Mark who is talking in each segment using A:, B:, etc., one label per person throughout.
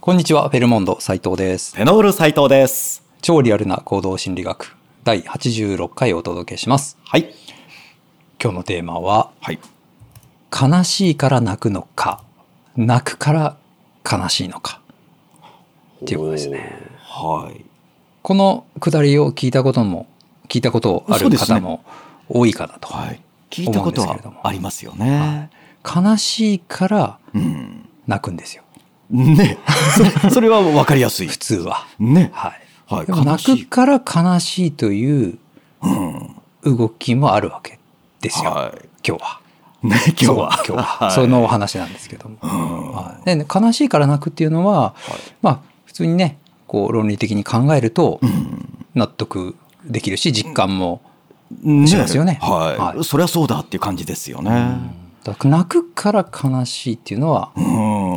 A: こんにちは、フェルモンド斉藤です。
B: フェノール斉藤です。
A: 超リアルな行動心理学第86回をお届けします。
B: はい。
A: 今日のテーマは、
B: はい。
A: 悲しいから泣くのか、泣くから悲しいのか。っていうことですね。
B: はい。
A: このくだりを聞いたことも、聞いたことあ
B: そ
A: る
B: うです
A: 方
B: ね
A: も多いかなと。
B: はい。聞いたこと
A: 思うんですけれど
B: は
A: も
B: ありますよね。
A: 悲しいから
B: うん。
A: 泣くんですよ、
B: ね。そ れそれはわかりやすい
A: 普。通は。
B: ね。
A: はい。
B: はい。
A: でも
B: 悲し
A: 泣
B: い
A: く。から悲しいという動きもあるわけですよ、
B: は
A: 今日は。
B: い。ね、今日 は。
A: そう今日は、
B: い
A: そのお話なんですけども、
B: うん
A: はいでね悲しいから泣くっていうのは、まあ普通にねこう論理的に考えると納得できるし実感も、
B: ね
A: しますよね
B: は
A: はい
B: い。そりゃそうだっていう感じですよね。
A: だから泣くから悲しいっていうのは
B: う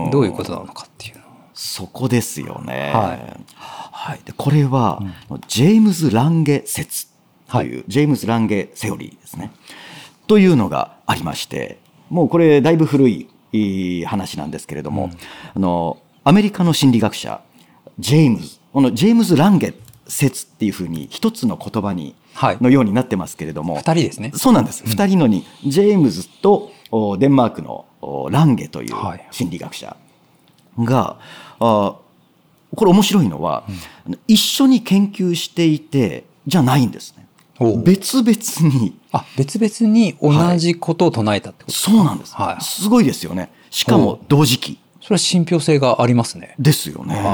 B: ん
A: どういうことなのかっていうの
B: そこですよね。
A: は
B: はいい。でこれは、ジェームズ・ランゲ説という、ジェームズ・ランゲセオリーですね。というのがありまして、もうこれだいぶ古いいい話なんですけれども、あの、アメリカの心理学者、ジェームズ、このジェームズ・ランゲ説っていうふうに一つの言葉に、
A: はい
B: のようになってますけれども、
A: 2人ですね
B: そうなんです。二、人のに、ジェームズとおデンマークのおランゲという
A: はい
B: 心理学者が、あこれ面白いのは、あの一緒に研究していて、じゃないんですね
A: おう。
B: 別々に、
A: あ別々に同じことを唱えたってこと、
B: そうなんです。
A: はい
B: すごいですよね。しか
A: おう
B: も同時期。
A: それは信憑性がありますね
B: ですよね。
A: は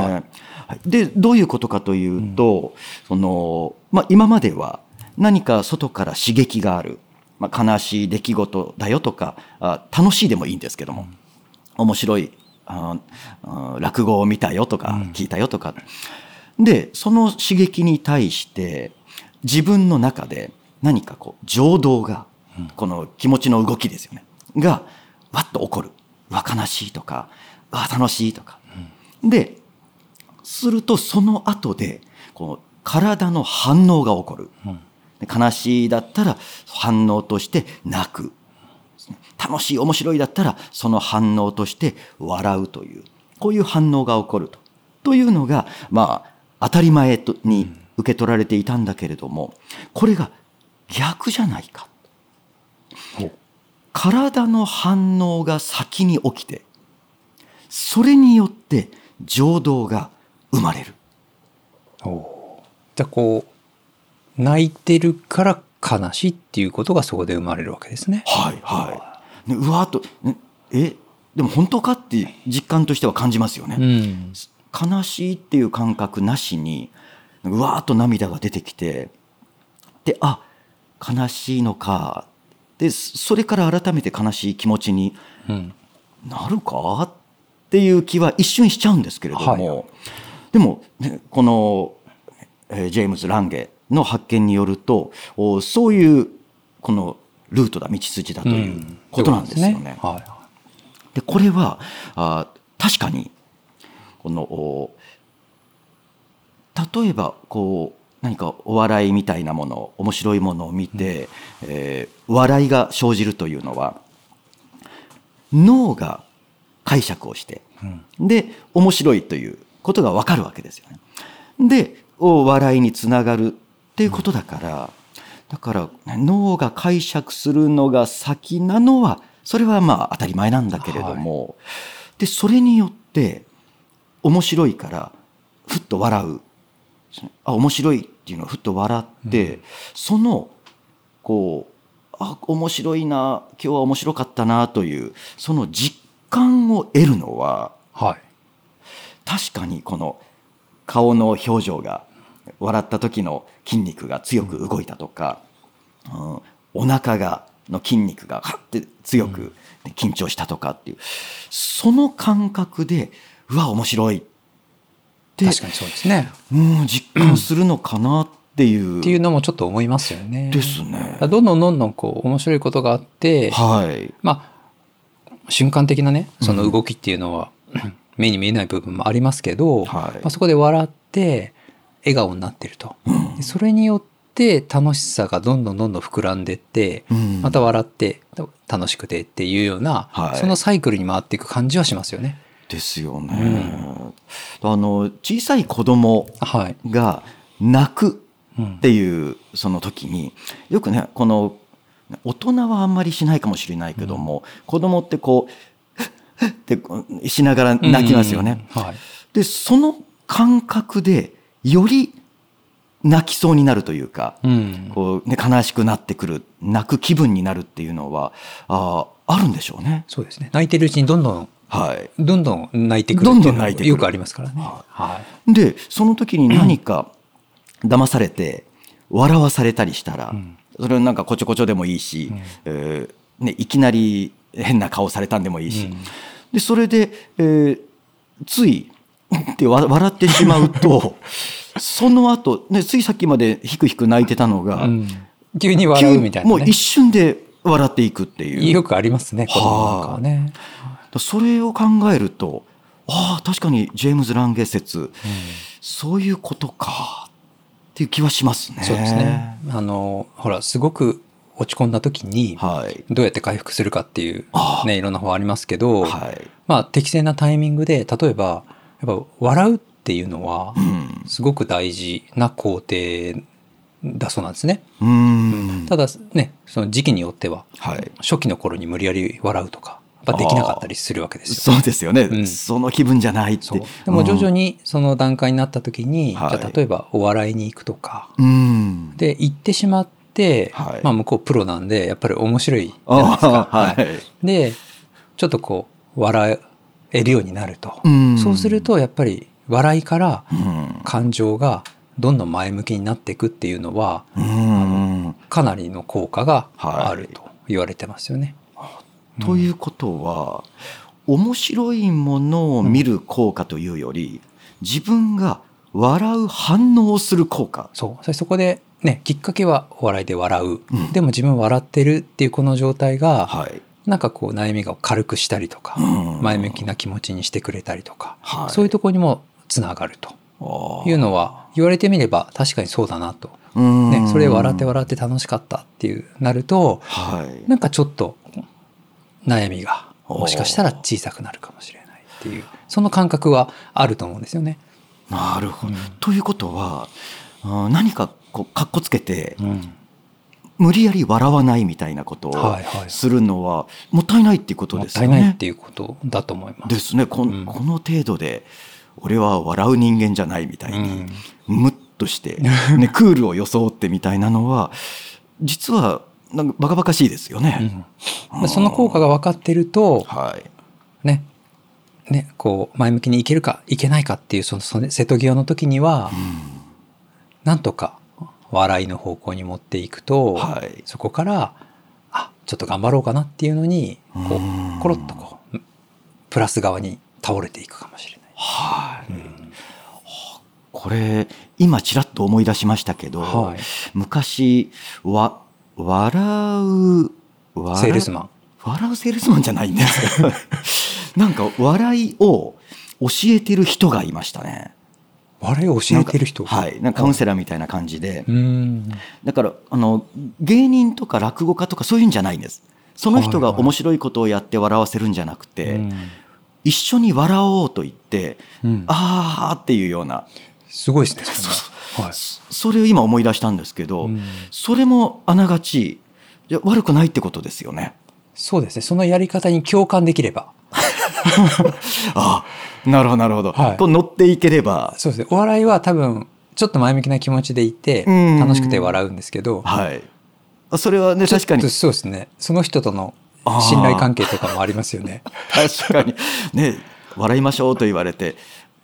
B: はいでどういうことかというと、そのまあ、今までは何か外から刺激がある、まあ、悲しい出来事だよとかあ楽しいでもいいんですけども、面白いああ落語を見たよとか聞いたよとか、でその刺激に対して自分の中で何かこう情動が、この気持ちの動きですよねがわっと起こるうわ悲しいとかうわ楽しいとか、でするとその後でこう体の反応が起こる、で悲しいだったら反応として泣く楽しい面白いだったらその反応として笑うというこういう反応が起こるとというのがまあ当たり前とに受け取られていたんだけれどもこれが逆じゃないか体の反応が先に起きてそれによって情動が生まれる
A: おうじゃあこう泣いてるから悲しいっていうことがそこで生まれるわけですね
B: はいはい、ね、うわーっとんえでも本当かって実感としては感じますよね、
A: うん
B: 悲しいっていう感覚なしにうわーっと涙が出てきてであ悲しいのかでそれから改めて悲しい気持ちに
A: うん
B: なるかっていう気は一瞬しちゃうんですけれども、
A: は
B: でも、ね、この、えージェームズ・ランゲの発見によるとおそういうこのルートだ道筋だということなんですよね。
A: は
B: でこれはあ確かにこのお例えばこう何かお笑いみたいなもの面白いものを見て、えー笑いが生じるというのは脳が解釈をして、で面白いということが分かるわけですよね。でお笑いにつながるっていうことだから、だから脳が解釈するのが先なのはそれはまあ当たり前なんだけれども、でそれによって面白いからふっと笑うあ面白いっていうのをふっと笑って、そのこうあ面白いな今日は面白かったなというその実感を得るのはい
A: はい
B: 確かにこの顔の表情が笑った時の筋肉が強く動いたとか、うんお腹がの筋肉がはって強く緊張したとかっていうその感覚でうわ面白いって
A: 確かにそうですね。
B: うん実感するのかなっていう
A: っていうのもちょっと思いますよね。
B: ですね。
A: どんどんどんどんこう面白いことがあって、
B: はい、
A: まあ瞬間的なねその動きっていうの は、目に見えない部分もありますけど、
B: はい
A: まあ、そこで笑って笑顔になってると、でそれによって楽しさがどんどんどんどん膨らんでって、
B: うん
A: また笑って楽しくてっていうような、
B: はい
A: そのサイクルに回っていく感じはしますよね。
B: ですよね。あの小さい子供
A: はい。
B: が泣く
A: うん
B: っていうその時によくねこの大人はあんまりしないかもしれないけども、子供ってこうってこうしながら泣きますよね。
A: うんはい。
B: でその感覚でより泣きそうになるというか、
A: うん。
B: こうね、悲しくなってくる泣く気分になるっていうのはあーあるんでしょうね。
A: そうですね。泣いてるうちにどんどん、
B: はい、
A: どんどん泣いてくるっていうの
B: どんどん泣いてくる
A: よくありますからね。
B: は
A: はい。
B: でその時に何か騙されて笑わされたりしたら、
A: うん
B: それはなんかこちょこちょでもいいし、えーね、いきなり変な顔されたんでもいいし、
A: うん
B: でそれで、えーついってわ笑ってしま うとその後、ねついさっきまでひくひく泣いてたのが、
A: うん急に笑うみたいな、ね。
B: もう一瞬で笑っていくっていう
A: よくありますね、子供なんかはね。
B: それを考えるとああ確かにジェームズ・ランゲ説、そういうことかっていう気はしますね。
A: そうですね。あの、ほら、すごく落ち込んだ時に、
B: はい。
A: どうやって回復するかっていう
B: あ、あ
A: ね、いろんな方法ありますけど、
B: はい。
A: まあ、適正なタイミングで、例えば、やっぱ笑うっていうのは、
B: うん
A: すごく大事な工程だそうなんですね。
B: うん。
A: ただ、ね、その時期によっては、
B: はい。
A: 初期の頃に無理やり笑うとか、やっぱできなかったりするわけですよ。
B: そうですよね、
A: うん
B: その気分じゃないって。
A: そうでも徐々
B: に。
A: にその段階になった時に、
B: はい
A: じゃあ例えばお笑いに行くとか、
B: うん。
A: で行ってしまって、
B: はい
A: まあ、向こうプロなんでやっぱり面白いじゃないですか。
B: ああ、はい。
A: でちょっとこう笑えるようになると、
B: うん
A: そうする、とやっぱり笑いから
B: うん。
A: 感情がどんどん前向きになっていくっていうのは
B: うん。
A: かなりの効果があると言われてますよね。
B: ということは、面白いものを見る効果というより、自分が笑う反応をする効果。
A: そうそしてそこで、ね、きっかけはお笑いで笑う、
B: うん
A: でも自分笑ってるっていうこの状態が、
B: はい。
A: なんかこう悩みが軽くしたりとか、
B: うん
A: 前向きな気持ちにしてくれたりとか、
B: はい
A: そういうところにもつながると
B: ああ
A: いうのは言われてみれば確かにそうだなと、
B: うん
A: ね、それ笑って笑って楽しかったっていうなると
B: はい。
A: なんかちょっと悩みがもしかしたら小さくなるかもしれないっていうその感覚はあると思うんですよね。
B: なるほど。
A: うん
B: ということは、あー何かこう、かっこつけて、
A: うん
B: 無理やり笑わないみたいなことを
A: はいはい
B: するのは、もったいないっていうこと
A: も
B: で
A: っ
B: す
A: た
B: よね。
A: いないっていうことだと思います。
B: ですね。こ,、
A: うん
B: ん、この程度で、俺は笑う人間じゃないみたいに、ムッとして、 ね、クールを装ってみたいなのは、実は、なんかバカバカしいですよ
A: う
B: ね。
A: んでその効果が分かってると、
B: はい。
A: ねね、こう前向きにいけるかいけないかっていうそのその瀬戸際の時には、なんとか笑いの方向に持っていくと、
B: はい
A: そこからあちょっと頑張ろうかなっていうのにこ
B: うん
A: うコロッとこうプラス側に倒れていくかもしれない。
B: はい。これ、今ちらっと思い出しましたけど、
A: はい
B: 昔、わ、笑う、笑う
A: セールスマン。
B: 笑うセールスマンじゃないんです よなんか、笑いを教えてる人がいましたね。
A: 笑いを教えてる人
B: なんかはい。なんかカウンセラーみたいな感じで
A: う。ん
B: だから、あの、芸人とか落語家とかそういうんじゃないんです。その
A: は
B: 人
A: い
B: が
A: はい
B: 面白いことをやって笑わせるんじゃなくて、
A: うん
B: 一緒に笑おうと言って、
A: うん
B: あーっていうような、
A: すごいですねそれははい
B: そそれを今思い出したんですけ
A: う
B: ど、
A: ん
B: それもあながちいや悪くないってことですよね。
A: そうですねそのやり方に共感できれば
B: あなるほどなるほど、
A: はい
B: こう乗っていければ
A: そうですね。お笑いは多分、ちょっと前向きな気持ちでいて
B: うん、
A: 楽しくて笑うんですけど、
B: はいあそれはね確かに
A: ちょっとそうですね。その人との信頼関係とかもありますよ ね。
B: 確かにね笑いましょうと言われて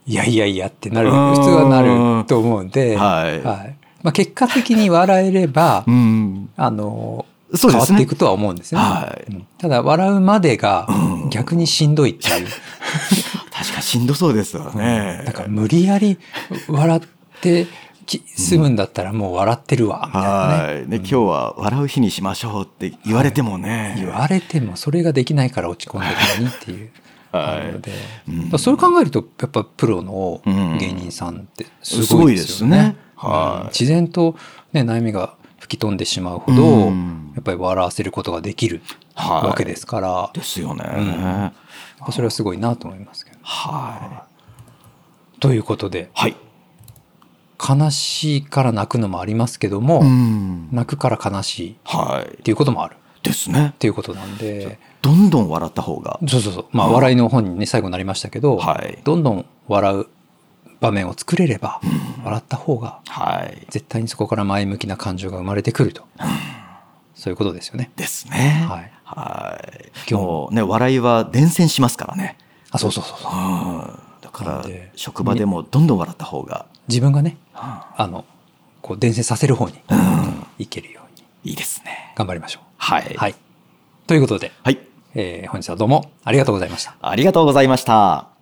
A: いやいやいやってなる。
B: うん
A: 普通はなると思うんで、
B: はい
A: まあ、結果的に笑えれば
B: う、ん
A: あの、
B: そ
A: 変
B: うで
A: わっ
B: す
A: て
B: ね
A: いくとは思うんですよね。
B: はい
A: うんただ、笑うまでが逆にしんどいっていう。
B: 確かにしんどそうですよ ね。
A: だから無理やり笑ってき済むんだったらもう笑ってるわ、みたいなね。
B: はいね今日は笑う日にしましょうって言われてもね、
A: 言われてもそれができないから落ち込んでるのにっていう。
B: はい
A: あるので、
B: うん
A: だからそれ考えるとやっぱプロの芸人さんってすごいですよね。
B: うんすごいですねはい
A: うん自然と、ね、悩みが吹き飛んでしまうほ
B: う
A: ど
B: ん
A: やっぱり笑わせることができる
B: はい
A: わけですから、
B: ですよね。
A: んそれはすごいなと思いますけど。
B: はい。
A: ということで
B: はい。
A: 悲しいから泣くのもありますけども、
B: うん。
A: 泣くから悲しいっ
B: はい。
A: ていうこともあるっ
B: ですね。
A: ていうことなんで
B: どんどん笑った方が。
A: そうそうそうまあ
B: うん
A: 笑いの本にね最後になりましたけど、
B: はい。
A: どんどん笑う場面を作れれば、笑った方が
B: はい。
A: 絶対にそこから前向きな感情が生まれてくると、そういうことですよね。
B: ですね。
A: はい。
B: はい。
A: 今
B: 今
A: 日
B: 日ね、笑いは伝染しますからね。
A: あそうそうそうそう
B: うん。だか
A: なん
B: ら
A: で、
B: 職場でもどんどん笑った方が
A: 自分がね
B: は
A: あのこう伝染させる方にいけるように
B: いいですね。
A: 頑張りましょ
B: はい。
A: う。はい、ということで、
B: はい。
A: えー本日はどうもありがとうございました。
B: ありがとうございました。